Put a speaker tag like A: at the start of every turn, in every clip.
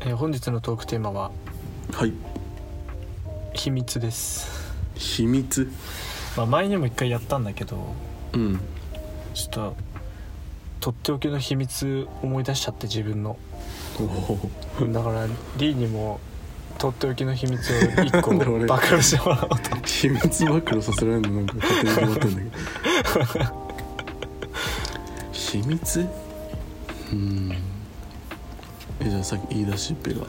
A: えー本日のトークテーマは
B: はい
A: 秘密です、
B: 秘密
A: まあ、前にも一回やったんだけど
B: うん
A: ちょっととっておきの秘密思い出しちゃって自分の
B: おお
A: だからリーにもとっておきの秘密を1 個
B: なんで俺
A: 暴露してもらおうと
B: 秘密暴露させられるのなんか勝手に決まってんだけど秘密うんえじゃあさっき言い出しっぺが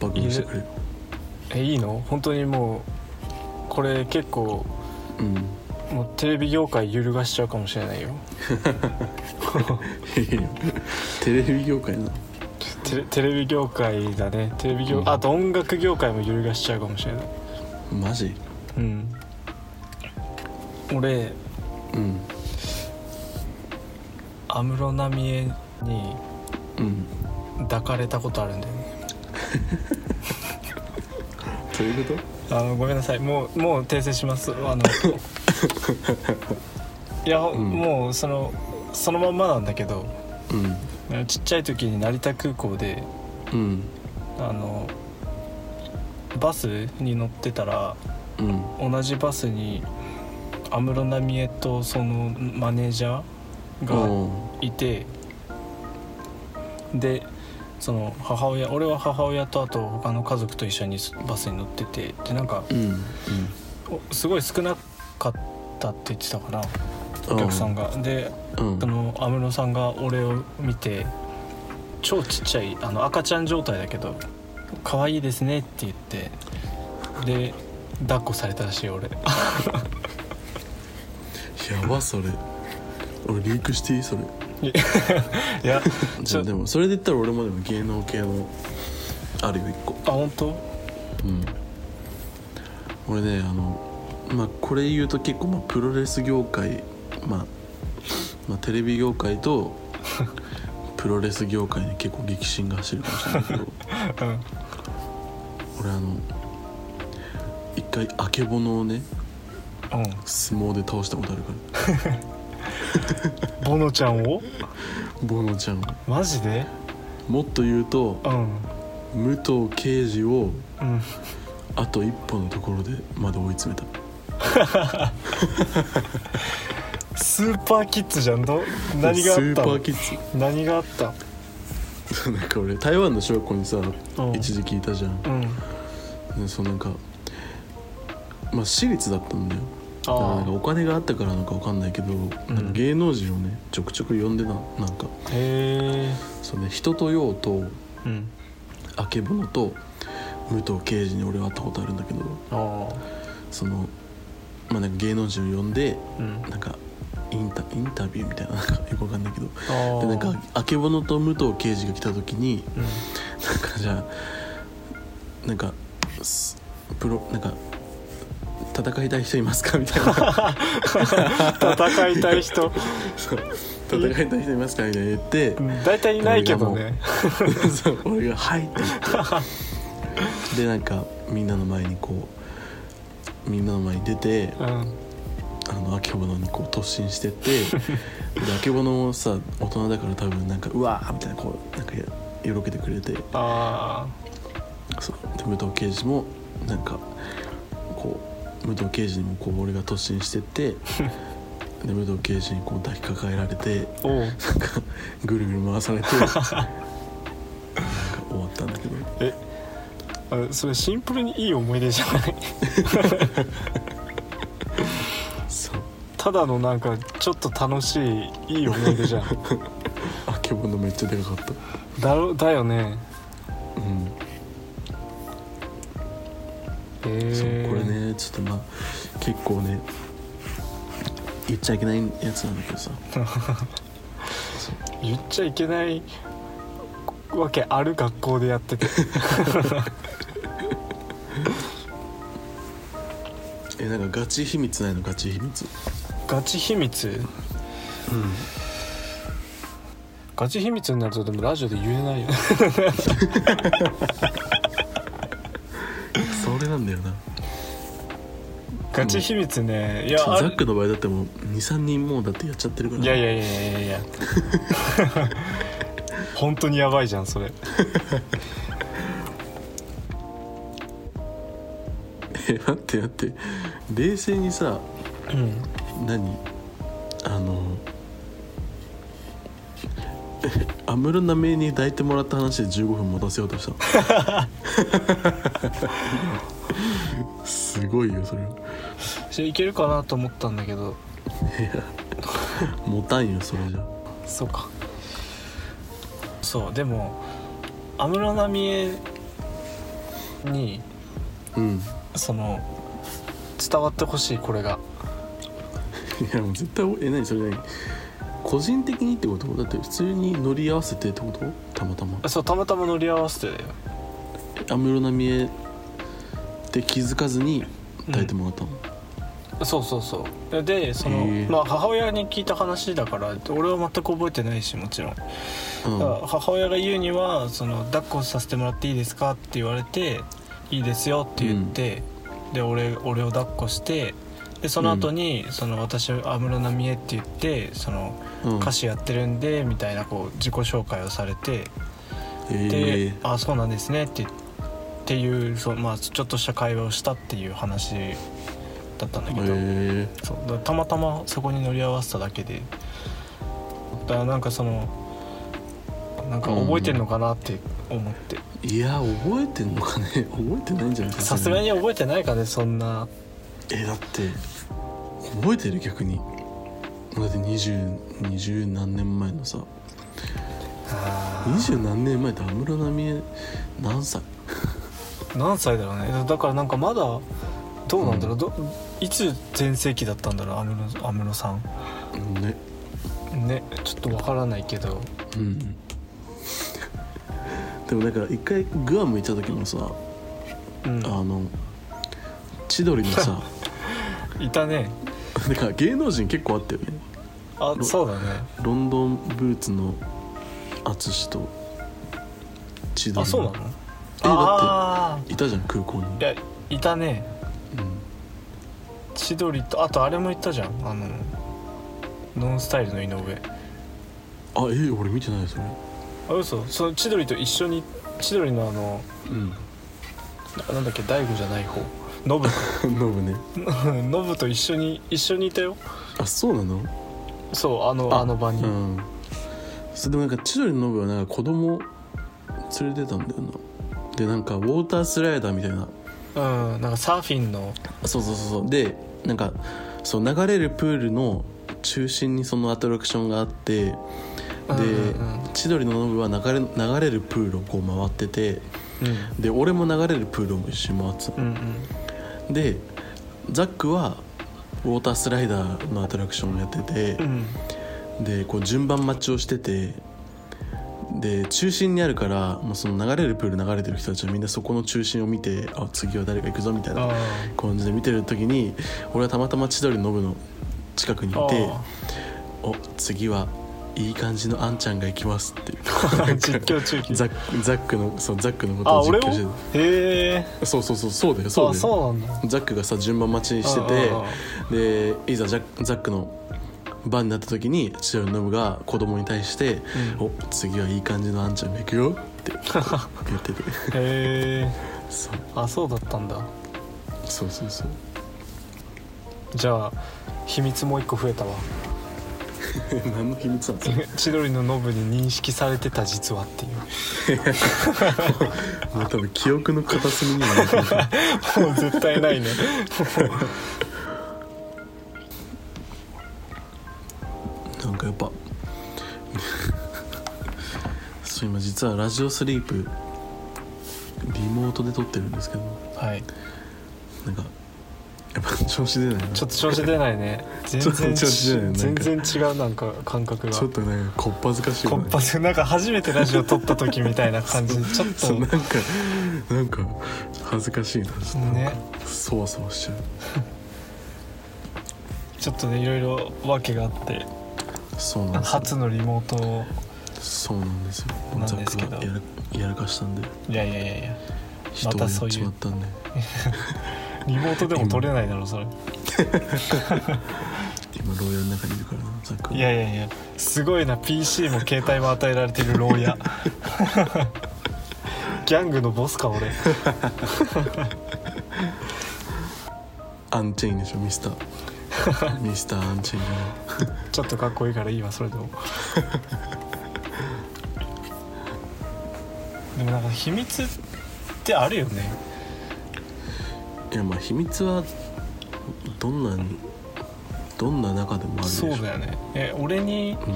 B: 暴露してくれよ
A: えいいの本当にもうこれ結構
B: うん
A: もうテレビ業界揺るがしちゃうかもしれないよ
B: いやテレビ業界な
A: テレテレビ業界だねテレビ業、
B: うん
A: あと音楽業界も揺るがしちゃうかもしれない
B: マジ
A: うん俺
B: うん
A: 安室奈美恵に
B: うん
A: 抱かれたことあるんだよね
B: そういうこ
A: あのごめんなさいもうもう訂正しますあ のいや、
B: ん
A: もうそのそのまんまなんだけど
B: とうん
A: ちっちゃい時に成田空港で
B: うん
A: あのバスに乗ってたら
B: うん
A: 同じバスに安室奈美恵とそのマネージャーが
B: お
A: いてでその母親俺は母親とあと他の家族と一緒にバスに乗っててでなんか
B: ーうんうん
A: おすごい少なかったって言ってたかな
B: お
A: お客さんがで
B: うん
A: その安室さんが俺を見て超ちっちゃいあの赤ちゃん状態だけど「可愛いですね」って言ってで抱っこされたらしいよ俺
B: やばそれ俺リークしていいそれ
A: いや
B: じ
A: ち
B: ゃ
A: ょ
B: あでもそれで言ったら俺もでも芸能系のあるよ一個
A: あ本当
B: うん俺ねあのまあこれ言うと結構まあプロレス業界、まあ、まあテレビ業 界とプロレス業界に結構激震が走るかもしれない けど
A: うん
B: 俺あの一回あけぼのをね
A: うん
B: 相撲で倒したことあるから
A: ボノちゃんを
B: ボノちゃんを
A: マジで
B: もっと言うと
A: うん
B: 武藤敬司を
A: うん
B: あと一歩のところでまで追い詰めた
A: スーパーキッズじゃんど何があった
B: スー
A: の
B: パーキッズ
A: 何があった
B: そうなんか俺台湾の小学校にさ
A: うん
B: 一時聞いたじゃん
A: うん
B: でそうなんかまあ私立だったんだよだからなんか
A: あ
B: お金があったからなのかわかんないけど、なんか芸能人をねちょくちょく呼んでななんか
A: あへえ
B: そうね人と用と
A: うん
B: あけぼのと武藤刑事に俺は会ったことあるんだけど
A: あ
B: そのまあなんか芸能人を呼んで
A: あうん
B: なんかインタインタビューみたいななんかよくわかんないけど
A: あー
B: でなんかあけぼのと武藤刑事が来た時に
A: うん
B: なんかじゃあなんかすプロなんか戦いたい人いますかみたいな
A: 戦いたい 人
B: そう戦いたい人いますかみたいな言って
A: うん大体いないけどね
B: そう俺が「はい」って言ってでなんかみんなの前にこうみんなの前に出て
A: うん
B: あのあけぼのにこう突進してってであけぼのもさ大人だから多分なんか「うわー」みたいなこうなんかよろけてくれて
A: あ
B: そうで武藤刑事もなんかこう武藤刑事にもこう俺が突進してってで武藤刑事にこう抱きかかえられて
A: あおう
B: なんかぐるぐる回されてなんか終わったんだけど
A: えあそれシンプルにいい思い出じゃない
B: そう
A: ただのなんかちょっと楽しいいい思い出じゃ ん
B: あけぼのめっちゃでかかっ
A: だろだよね
B: たうん、
A: へえ
B: そうこれねちょっとまあ結構ね言っちゃいけないやつなんだけどさそう
A: 言っちゃいけないわけある学校でや ってて
B: えなんかガチ秘密ないのガチ秘密
A: ガチ秘密ガチ秘密になるとでもラジオで言えないよね
B: それなんだよな
A: ガチ秘密ねい
B: ザ
A: やあ
B: ックの場合だってもう23人もうだってやっちゃってるから
A: いやいやいやいやい や本当にやばいじゃんそれ
B: え待って待って冷静にさ
A: うん
B: 何あのえアムロナメに抱いてもらった話で15分持たせようとしたのすごいよそれ
A: それいけるかなと思ったんだけど
B: 持たんよそれじゃ
A: そうかそうでも安室奈美恵に
B: うんい
A: その伝わってほしいこれが
B: やもう絶対え何それ何個人的にってことだって普通に乗り合わせてってことたまたま
A: そうたまたま乗り合わせてだよ
B: 安室奈美恵って気づかずに抱いてもらったの、
A: そうそうそうでその、
B: へえ
A: まあ、母親に聞いた話だから俺は全く覚えてないしもちろんだか
B: うん
A: ら母親が言うにはその抱っこさせてもらっていいですかって言われていいですよって言って、で俺俺を抱っこしてでその後に、その私安室奈美恵って言ってその
B: うん
A: 歌手やってるんでみたいなこう自己紹介をされて、
B: え
A: で「あそうなんですね」ってっていうそう、まあ、ちょっとした会話をしたっていう話だったんだ
B: え
A: けど、
B: え
A: そうだからたまたまそこに乗り合わせただけでだからなんかそのなんか覚えてるのかなって思って
B: いや覚えてんのかね 覚えてないんじゃない
A: さすがに覚えてないかねそんな
B: えだって覚えてる逆にだって二十二十何年前のさ
A: あ
B: 二十何年前って安室奈美恵何歳
A: ー何歳だろうねだからなんかまだどうなんだろう、どいつ全盛期だったんだろう安室安室さん
B: ね
A: ねちょっとわからないけど
B: うん でもなんか一回グアム行った時のさ
A: うん
B: あの千鳥の さ
A: いたね
B: なんか芸能人結構あったよね
A: あ
B: ろ
A: そうだね
B: ロンドンブーツの淳と千鳥の
A: あそうなの
B: えだ
A: あ
B: っていたじゃん空港に
A: あいやいたね
B: うん
A: 千鳥とあとあれも言ったじゃんあのノンスタイルの井上
B: あえ俺見てないそれ
A: あ嘘その千鳥と一緒に千鳥のあの
B: うん
A: なんだっけ大悟じゃない方ノブ
B: ノブね
A: ノブと一緒に一緒にいたよ
B: あそうなの
A: そうあのあの場に、
B: うんそれでもなんか千鳥のノブはなんか子供連れてたんだよなでなんかウォータースライダーみたいな
A: うん、なんかサーフィンの
B: そうそうそうそうでなんかそう流れるプールの中心にそのアトラクションがあってで、
A: うんうん
B: 千鳥のノブは流れ流れるプールをこう回ってて
A: うん
B: で俺も流れるプールを一緒に回ってた
A: うん
B: でザックはウォータースライダーのアトラクションをやってて、
A: うんうん
B: でこう順番待ちをしててで中心にあるからもうその流れるプール流れてる人たちはみんなそこの中心を見てあ次は誰か行くぞみたい
A: あ
B: な感じで見てる時に俺はたまたま千鳥ノブの近くにいて
A: あ
B: お次はいい感じのあんちゃんが行きますって
A: 実況中継
B: ザッザックのそうザックのこと
A: あ
B: を実
A: 俺を
B: 況して
A: へえ
B: てそうそうそうそうだよそう
A: あ
B: だよ
A: そうなんだ
B: ザックがさ順番待ちにしてて
A: ああ
B: でいざザックザックの番になった時に千鳥ノブが子供に対して「
A: うん
B: お次はいい感じのあんちゃんが行くよ」って言って て
A: へえ
B: そう
A: あそうだったんだ
B: そうそうそう
A: じゃあ秘密もう一個増えたわ
B: え何の秘密なんですか
A: 千鳥のノブに認識されてた実はっていう
B: もう多分記憶の片隅にはなってる
A: もう 絶対ないね
B: なんかやっぱ そう今実はラジオスリープリモートで撮ってるんですけど
A: はい
B: なんかやっぱ調子出ないな
A: ちょっと調子出ないね全然
B: ちょっと調子出ないねなん
A: 全
B: か
A: 然違うなんか感覚が
B: ちょっとねこっぱずかしい
A: こ
B: よ
A: っ
B: ね
A: ぱずなんか初めてラジオ撮った時みたいな感 じちょっ
B: そうなん
A: と
B: かなんか恥ずかしいなちょっとなん
A: ね
B: かそわそわしちゃう
A: ちょっとねいろいろ訳があって
B: そうなんですよ
A: 初のリモートを
B: そうなんですよ
A: なんですけど
B: ザックがやらやらかしたんで
A: いやいやいやいやま
B: 人をや
A: た
B: っ
A: そういう
B: ちまったんで、
A: リモートでも撮れないだろそれ
B: 今牢屋の中にいるからなザックはい
A: やいやいやすごいな PC も携帯も与えられてる牢 屋ギャングのボスか俺
B: アンチェインでしょミスター ミスターアンチェインじゃない
A: ちょっとかっこいいからいいわそれでも でもなんか秘密ってあるよね
B: いやまあ秘密はどんなにどんな中でもあるでし
A: そ
B: ょ
A: うだよねえ俺に
B: うん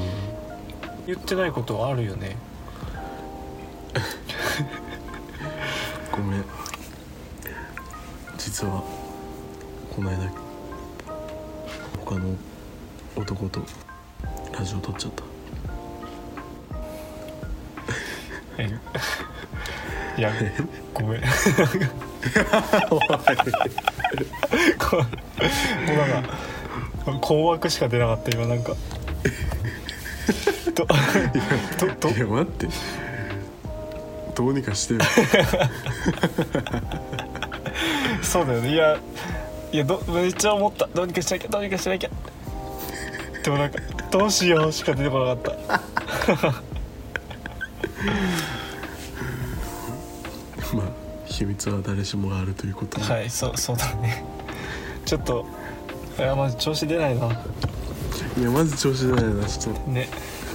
A: 言ってないことはあるよね
B: ごめん実はこの間他の男とラジオ撮っちゃった
A: えいやご めんこもうなんか困惑しか出なかった今なん かどどど
B: いや待ってどうにかしてよ
A: そうだよねいやいやどめっちゃ思ったどうにかしなきゃどうにかしなきゃでもなんかどうしようしか出てこなかった
B: まあ秘密は誰しもがあるということで、、
A: はいそうそうだねちょっといやまず調子出ないない
B: やまず調子出ないなちょっ
A: ね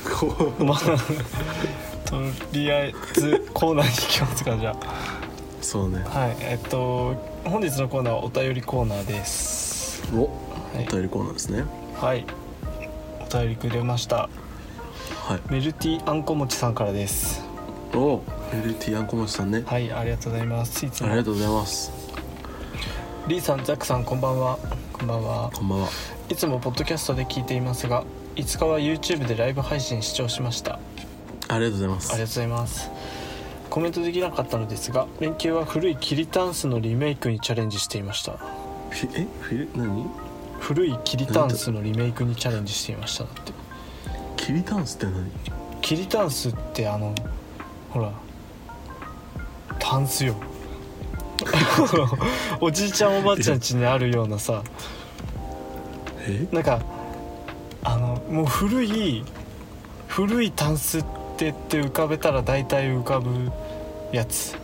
B: とこう
A: まあとりあえずコーナーに行きますかじゃ
B: そうね
A: あはいえっと本日のコーナーはお便りコーナーです
B: お、
A: い
B: お便りコーナーですね
A: はいお便りくれました
B: はい
A: メルティあんこもちさんからです
B: おメルティアンコマチさんね
A: はいありがとうございますいつ
B: あ
A: も
B: りがとうございます
A: リーさんザックさんこんばんはこんばんは
B: こんばんはい
A: つもポッドキャストで聞いていますがいつかは YouTube でライブ配信視聴しましたあ
B: ありがとうございま
A: りがとう
B: す
A: ございますコメントできなかったのですが連休は古いキリタンスのリメイクにチャレンジしていました
B: フィえフィレ何
A: 古いキリタンスのリメイクにチャレンジしていましただって
B: キリタンスって何
A: キリタンスってあのほらタンスよ おじいちゃんおばあちゃん家にあるようなさ
B: え
A: なんかあのもう古い古いタンスってって浮かべたら大体浮かぶやつ、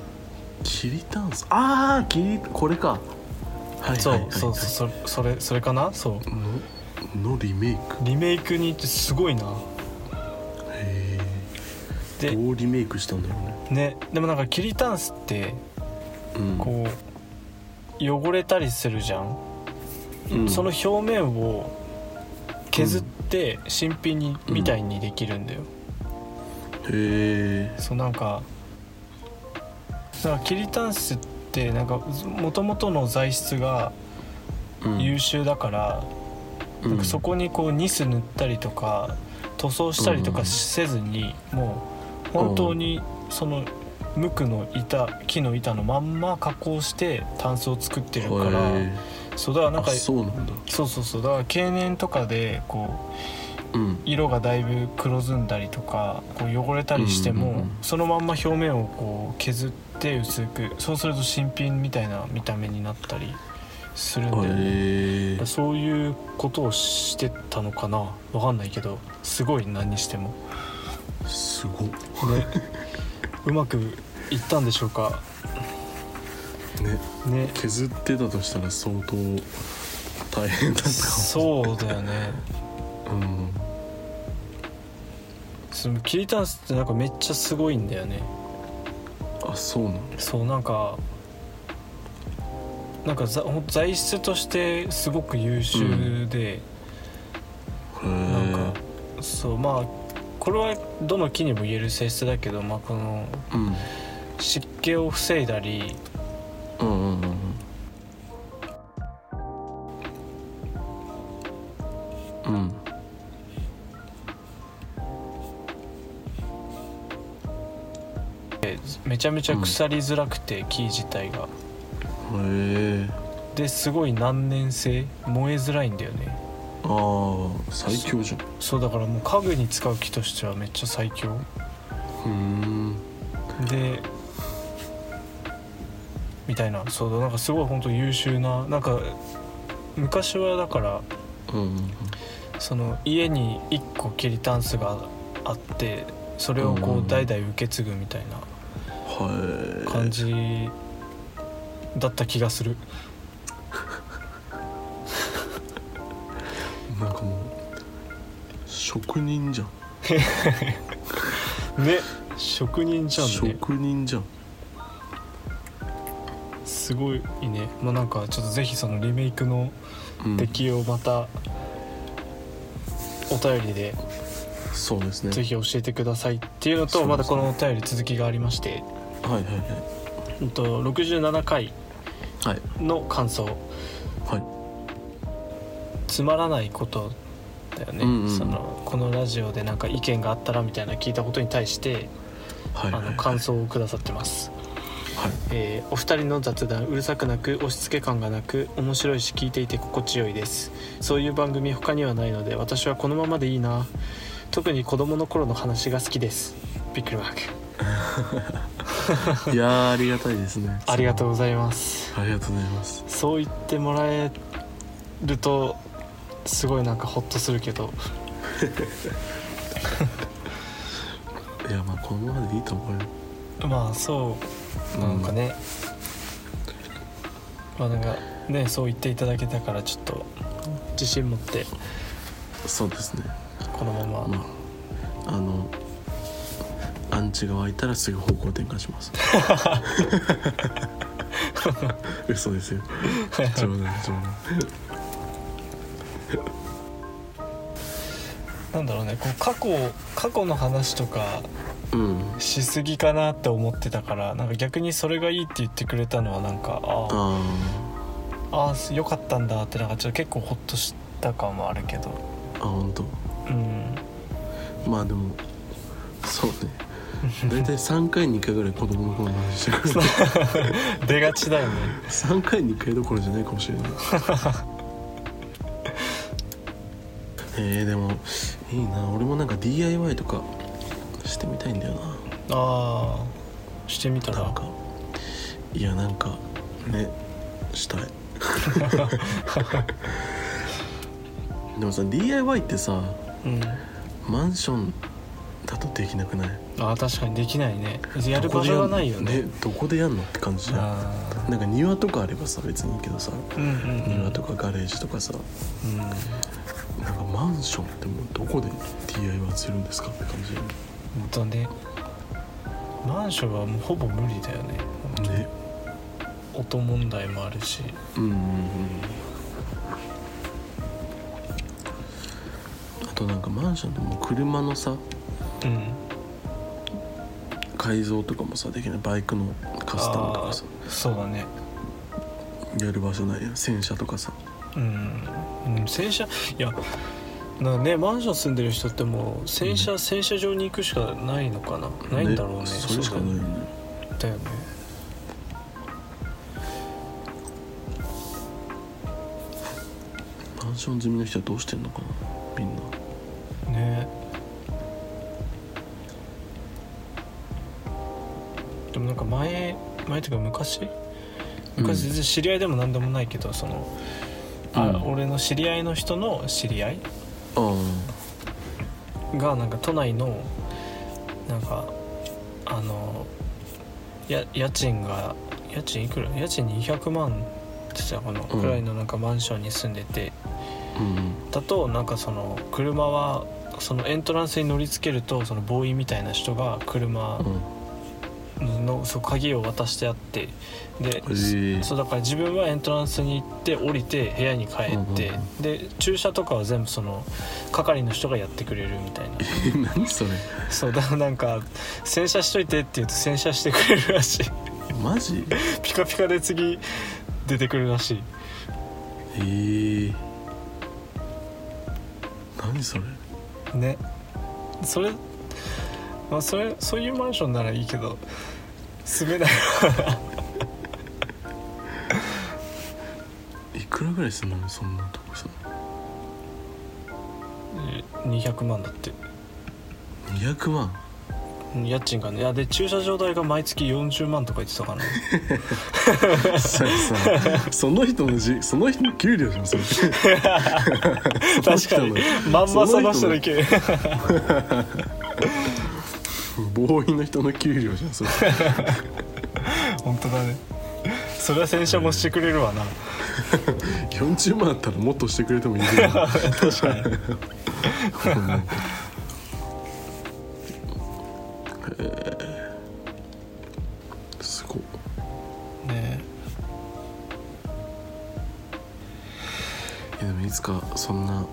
B: キリタンスああキリこれかはいはいはいはい
A: そうそうそうそれそれかなそう
B: ののリメイク
A: リメイクにってすごいな
B: へえ
A: で
B: どうリメイクしたんだろうね
A: ねでもなんかキリタンスって
B: うん
A: こう汚れたりするじゃん、
B: うん
A: その表面を削って新品に、みたいにできるんだよ
B: へえ
A: そうなんかなんかキリタンスってなんかもともとの材質が優秀だから、なんかそこにこうニス塗ったりとか塗装したりとかせずに、もう本当にその無垢の板木の板のまんま加工してタンスを作ってるから、そうだからなん
B: あ
A: か
B: そうなんだ
A: そうそうそうだから経年とかでこう
B: うん
A: 色がだいぶ黒ずんだりとかこう汚れたりしても、
B: うんうんうん
A: そのまんま表面をこう削って薄くそうすると新品みたいな見た目になったりするんだよね。
B: へえ
A: そういうことをしてたのかなわかんないけどすごい何にしても、
B: すごっ
A: ね、うまくいったんでしょうか
B: ね
A: ね
B: 削ってたとしたら相当大変だったかも
A: そうだよね
B: うん
A: そのキリタンスってなんかめっちゃすごいんだよね
B: あそうなんだ
A: そうなんかなんかざほん材質としてすごく優秀で、
B: へ
A: なん
B: え
A: かそうまあこれはどの木にも言える性質だけど、まあ、この
B: うん
A: 湿気を防いだり
B: うんうんうんうんうん
A: めちゃめちゃ腐りづらくて、木自体が
B: へえ
A: ですごい難燃性燃えづらいんだよね
B: ああ最強じゃん
A: そうだからもう家具に使う木としてはめっちゃ最強
B: うーん
A: でみたいなそうだなんかすごい本当優秀ななんか昔はだから
B: うんうん
A: その家に1個きりタンスがあってそれを
B: うんう
A: こ
B: ん
A: う代々受け継ぐみたいな
B: はい
A: 感じだった気がする
B: なんかもう職人じゃん
A: ね職人じゃんね
B: 職人じゃん
A: すごいねまあなんかちょっとぜひそのリメイクの
B: うん
A: 出来をまたお便りで
B: そうですね
A: ぜひ教えてくださいっていうの
B: そ
A: と
B: うですね
A: まだこのお便り続きがありまして
B: はいはいはい
A: うんと67回
B: はい
A: の感想
B: はい
A: つまらないことだよね、
B: うんうん
A: そのこのラジオでなんか意見があったらみたいな聞いたことに対して、
B: はい
A: あ
B: はいは
A: の
B: い
A: 感想をくださってます、
B: はい
A: えーお二人の雑談うるさくなく押し付け感がなく面白いし聞いていて心地よいですそういう番組他にはないので私はこのままでいいな特に子供の頃の話が好きですびっくりマーク
B: いやーありがたいですね
A: ありがとうございます
B: ありがとうございます
A: そう言ってもらえるとすごいなんかホッとするけど
B: いやまあこのままでいいと思うよ
A: まあそうなんかね、まあなんかねそう言っていただけたからちょっと自信持って
B: そうですね
A: このまま
B: まああのアンチが湧いたらすぐ方向転換します嘘ですよ冗談冗談
A: なんだろうねこう過去過去の話とか
B: うん
A: しすぎかなって思ってたからなんか逆にそれがいいって言ってくれたのはなんかあ
B: あ
A: ああーよかったんだってなんかちょっと結構ホッとした感もあるけど
B: ーあ本当。
A: うん
B: まあでもそうね大体3回に1回ぐらい子供の頃の話してくる
A: 出がちだよね
B: 3回に1回どころじゃないかもしれないえー、でもいいな俺もなんか DIY とかしてみたいんだよな
A: ああしてみた
B: な
A: ら
B: んかいやなんかね したいでもさ DIY ってさ
A: うん
B: マンションだとできなくない
A: あー確かにできないねやる場所がないよね
B: どこでやんのって感じじゃん
A: あー
B: なんか庭とかあればさ別にいいけどさ
A: うんうんうん
B: 庭とかガレージとかさなんかマンションってもうどこで DIY するんですかって感じだよ
A: うんほんとねマンションはもうほぼ無理だよね
B: ねね
A: 音問題もあるし
B: うんうんうんあとなんかマンションってもう車のさ
A: うん
B: 改造とかもさできないバイクのカスタムとかさ
A: あーそうだね
B: やる場所ないやん洗車とかさ
A: うんうん洗車いやなんかねマンション住んでる人ってもう洗車、洗車場に行くしかないのかなないんだろうね
B: それしかないよね
A: そうだよね
B: マンション住みの人はどうしてんのかなみんな
A: ねでもなんか前前っていうか昔昔
B: うん
A: 全然知り合いでも何でもないけどその、
B: うん
A: あ俺の知り合いの人の知り合い
B: あ
A: がなんか都内のなんかあのや家賃が家賃いくら家賃200万って言ってたかな
B: うん
A: くらいのなんかマンションに住んでて、
B: あうんうん
A: だとなんかその車はそのエントランスに乗りつけるとそのボーイみたいな人が車
B: うん
A: のそう鍵を渡してあってで、
B: ええ
A: そうだから自分はエントランスに行って降りて部屋に帰って、
B: うんうん
A: で駐車とかは全部その係の人がやってくれるみたいな
B: 何 それ
A: そうだからなんか洗車しといてって言うと洗車してくれるらしい
B: マジ
A: ピカピカで次出てくるらしい
B: ええ何それ
A: ねそれまあそれそういうマンションならいいけど住めない
B: いくらぐらいするのそんなとこさ
A: 200万だって
B: 200万
A: うん家賃がねいやで駐車場代が毎月40万とか言ってたかな
B: それさその人のじその人の給料じゃんそれ
A: 確かにまんまその人
B: その
A: だ
B: 人
A: け
B: ボーイの人の給料じゃんそれ
A: 本当だねそれは洗車もしてくれるわな
B: 40万あったらもっとしてくれてもいいけど
A: 確かに
B: すごい
A: ね
B: いやでもいつかそんな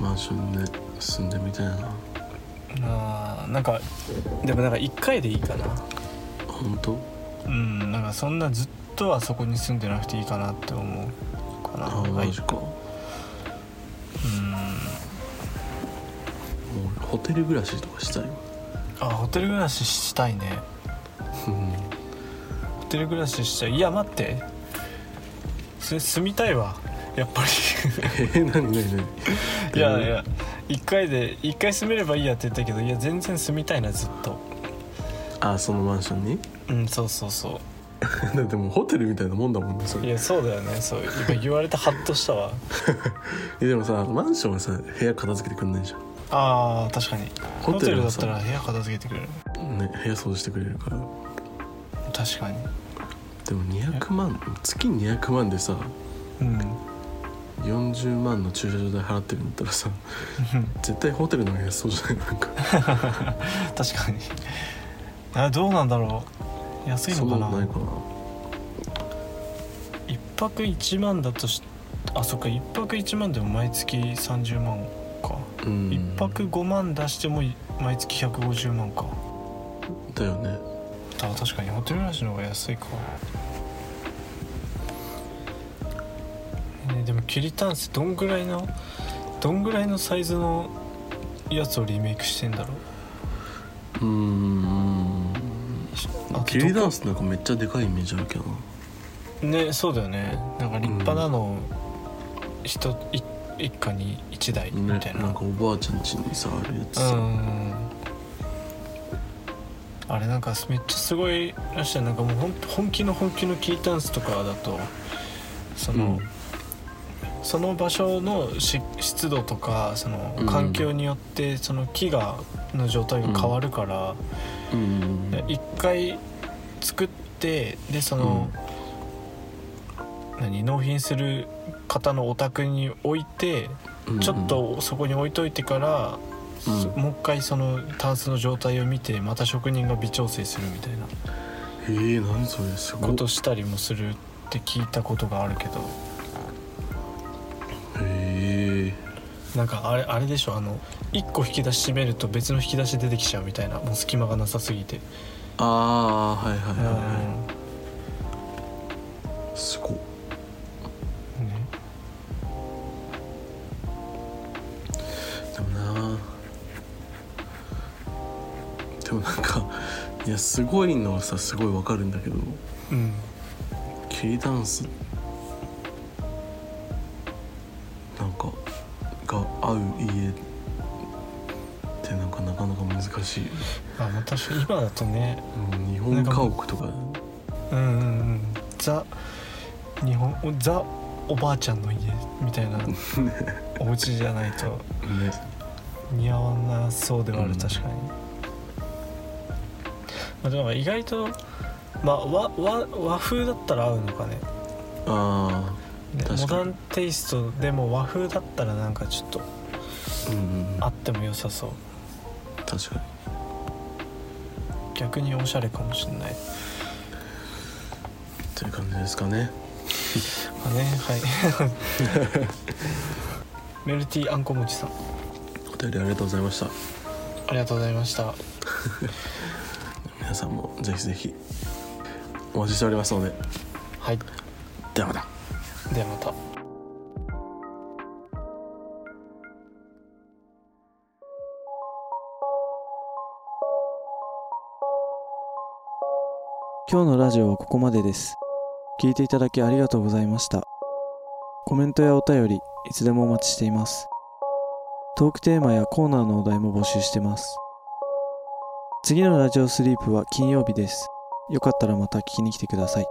B: マンションで住んでみたいな
A: あーなんかでもなんか1回でいいかな
B: 本当
A: うんなんかそんなずっとはそこに住んでなくていいかなって思うかな
B: あ
A: は
B: マ
A: い
B: ジか、も
A: うん
B: う俺ホテル暮らしとかしたいわ
A: あホテル暮らししたいね
B: うん
A: ホテル暮らししたいいや待ってそれ住みたいわやっぱ
B: えー、何何何
A: りいやいや1回で1回住めればいいやって言ったけどいや全然住みたいなずっと
B: あそのマンションに
A: うんそうそうそ
B: だってもうホテルみたいなもんだもんねそうれ
A: い
B: いや
A: やそうだよねそう今言われてハッとしたわ
B: でもさマンションはさ部屋片付けてくんないじゃん
A: あー確かにホ
B: ホ
A: テ
B: テ
A: ル
B: ル
A: だ
B: は
A: っ
B: さ
A: たら部屋片付けてくれる
B: ね部屋掃除してくれるから
A: 確かに
B: でも200万月200万でさ
A: うん
B: 40万の駐車場代払ってるんだったらさ絶対ホテルの方が安そうじゃないなんか
A: 確かにあどうなんだろう安い
B: そ
A: の
B: んな
A: かな
B: のないかな
A: 一泊1万だとしあそっか一泊1万でも毎月30万か、
B: うん
A: 一泊5万出してもい毎月150万か
B: だよね
A: あ確かにホテル暮らしの方が安いか、ねでもキリタンスどんぐらいのどんぐらいのサイズのやつをリメイクしてんだろ
B: うー
A: う
B: ん
A: あ
B: キリダンスなんかめっちゃでかいイメージあるけどな
A: ねそうだよねなんか立派なのを人、い一家に1台み
B: ね
A: たいな、
B: なんかおばあちゃん家にさあるやつ
A: う
B: さ、
A: んあれなんかめっちゃすごいらしいよなんかもうほん本気の本気のキータンスとかだとその、その場所のし湿度とかその
B: うん
A: 環境によってその木がの状態が変わるから、
B: うんうん
A: で一回作ってでその、何納品する方のお宅に置いて
B: うん
A: ちょっとそこに置いといてから、
B: うん
A: そもう一回そのタンスの状態を見てまた職人が微調整するみたいな
B: えー、何それすご
A: こ
B: い
A: としたりもするって聞いたことがあるけど
B: へえ
A: なんかあれあれでしょあの1個引き出し閉めると別の引き出し出てきちゃうみたいなもう隙間がなさすぎて
B: ああはいはいはい、は
A: う
B: い、すごい
A: んね
B: でもなでもなんか いやすごいのはさすごいわかるんだけど
A: うん
B: キリダンスなんかが合う家ってなんかなかなか難しい、
A: あまあ確かに今だとね
B: うん、日本家屋とか
A: うんうんうんザ日本おザおばあちゃんの家みたい なお家じゃないと
B: ね
A: 似合わなそうではある、
B: うん
A: 確かに、まあ、でも意外と、まあ、和和和風だったら合うのかね
B: あ
A: ね
B: 確かに
A: モダンテイストでも和風だったらなんかちょっと
B: あうんうん
A: あっても良さそう
B: 確かに
A: 逆におしゃれかもしれない、
B: という感じですかね
A: まあねはい メルティーあんこ餅さん
B: お便りありがとうございました
A: ありがとうございました
B: 皆さんもぜひぜひお待ちしておりますので
A: はい
B: ではまた
A: ではまた
C: 今日のラジオはここまでです聞いていただきありがとうございましたコメントやお便りいつでもお待ちしていますトークテーマやコーナーのお題も募集してます次のラジオスリープは金曜日ですよかったらまた聞きに来てください